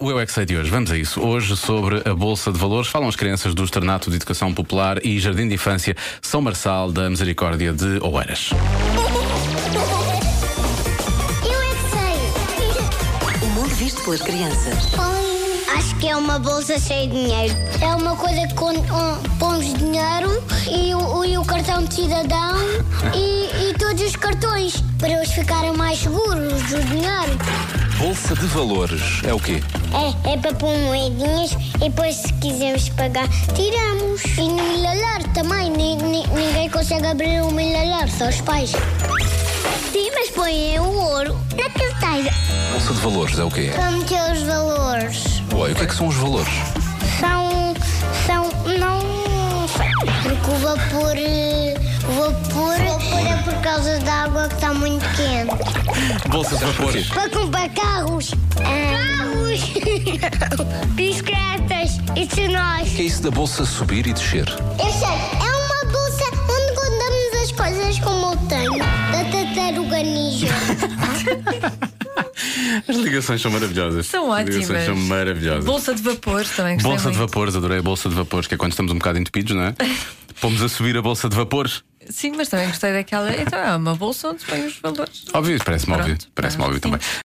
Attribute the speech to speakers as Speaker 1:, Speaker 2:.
Speaker 1: O Eu é que sei de hoje, vamos a isso. Hoje, sobre a Bolsa de Valores, falam as crianças do Externato de Educação Popular e Jardim de Infância São Marçal da Misericórdia de Oeiras.
Speaker 2: Eu é que
Speaker 3: O mundo visto pelas crianças.
Speaker 2: sei. Acho que é uma bolsa cheia de dinheiro. É uma coisa que com- um, pomos dinheiro e o, e o cartão de cidadão e, e todos os cartões para eles ficarem mais seguros do dinheiro.
Speaker 4: Bolsa de Valores é o quê?
Speaker 2: É, é para pôr moedinhas e depois se quisermos pagar, tiramos. E no milhalar também, ni- ni- ninguém consegue abrir um milhalar, só os pais. Sim, mas põem o ouro na carteira.
Speaker 4: Bolsa de Valores é o quê?
Speaker 2: Para meter os valores.
Speaker 4: Ué, o que é que são os valores?
Speaker 2: são. são. não. sei. Porque o vapor. eh, O vapor, o vapor é por causa da água que está muito quente.
Speaker 1: Bolsa de Vapores.
Speaker 2: Para comprar carros! Carros! Bicicletas! Isso é nós!
Speaker 4: O que é isso da bolsa subir e descer?
Speaker 2: Eu sei, é uma bolsa onde contamos as coisas como eu tenho. Da tartaruga ninja.
Speaker 1: As ligações são maravilhosas.
Speaker 5: São
Speaker 1: As
Speaker 5: ótimas.
Speaker 1: ligações são maravilhosas.
Speaker 5: Bolsa de vapor também. gostei
Speaker 1: Bolsa de
Speaker 5: muito.
Speaker 1: Vapores, adorei a Bolsa de Vapores, que é quando estamos um bocado entupidos, não é? Pomos a subir a Bolsa de Vapores.
Speaker 5: Sim, mas também gostei daquela. Então é uma bolsa onde se põem os valores.
Speaker 1: Óbvio, parece-me óbvio.
Speaker 5: Pronto,
Speaker 1: Parece-me
Speaker 5: pronto,
Speaker 1: óbvio
Speaker 5: sim.
Speaker 1: também.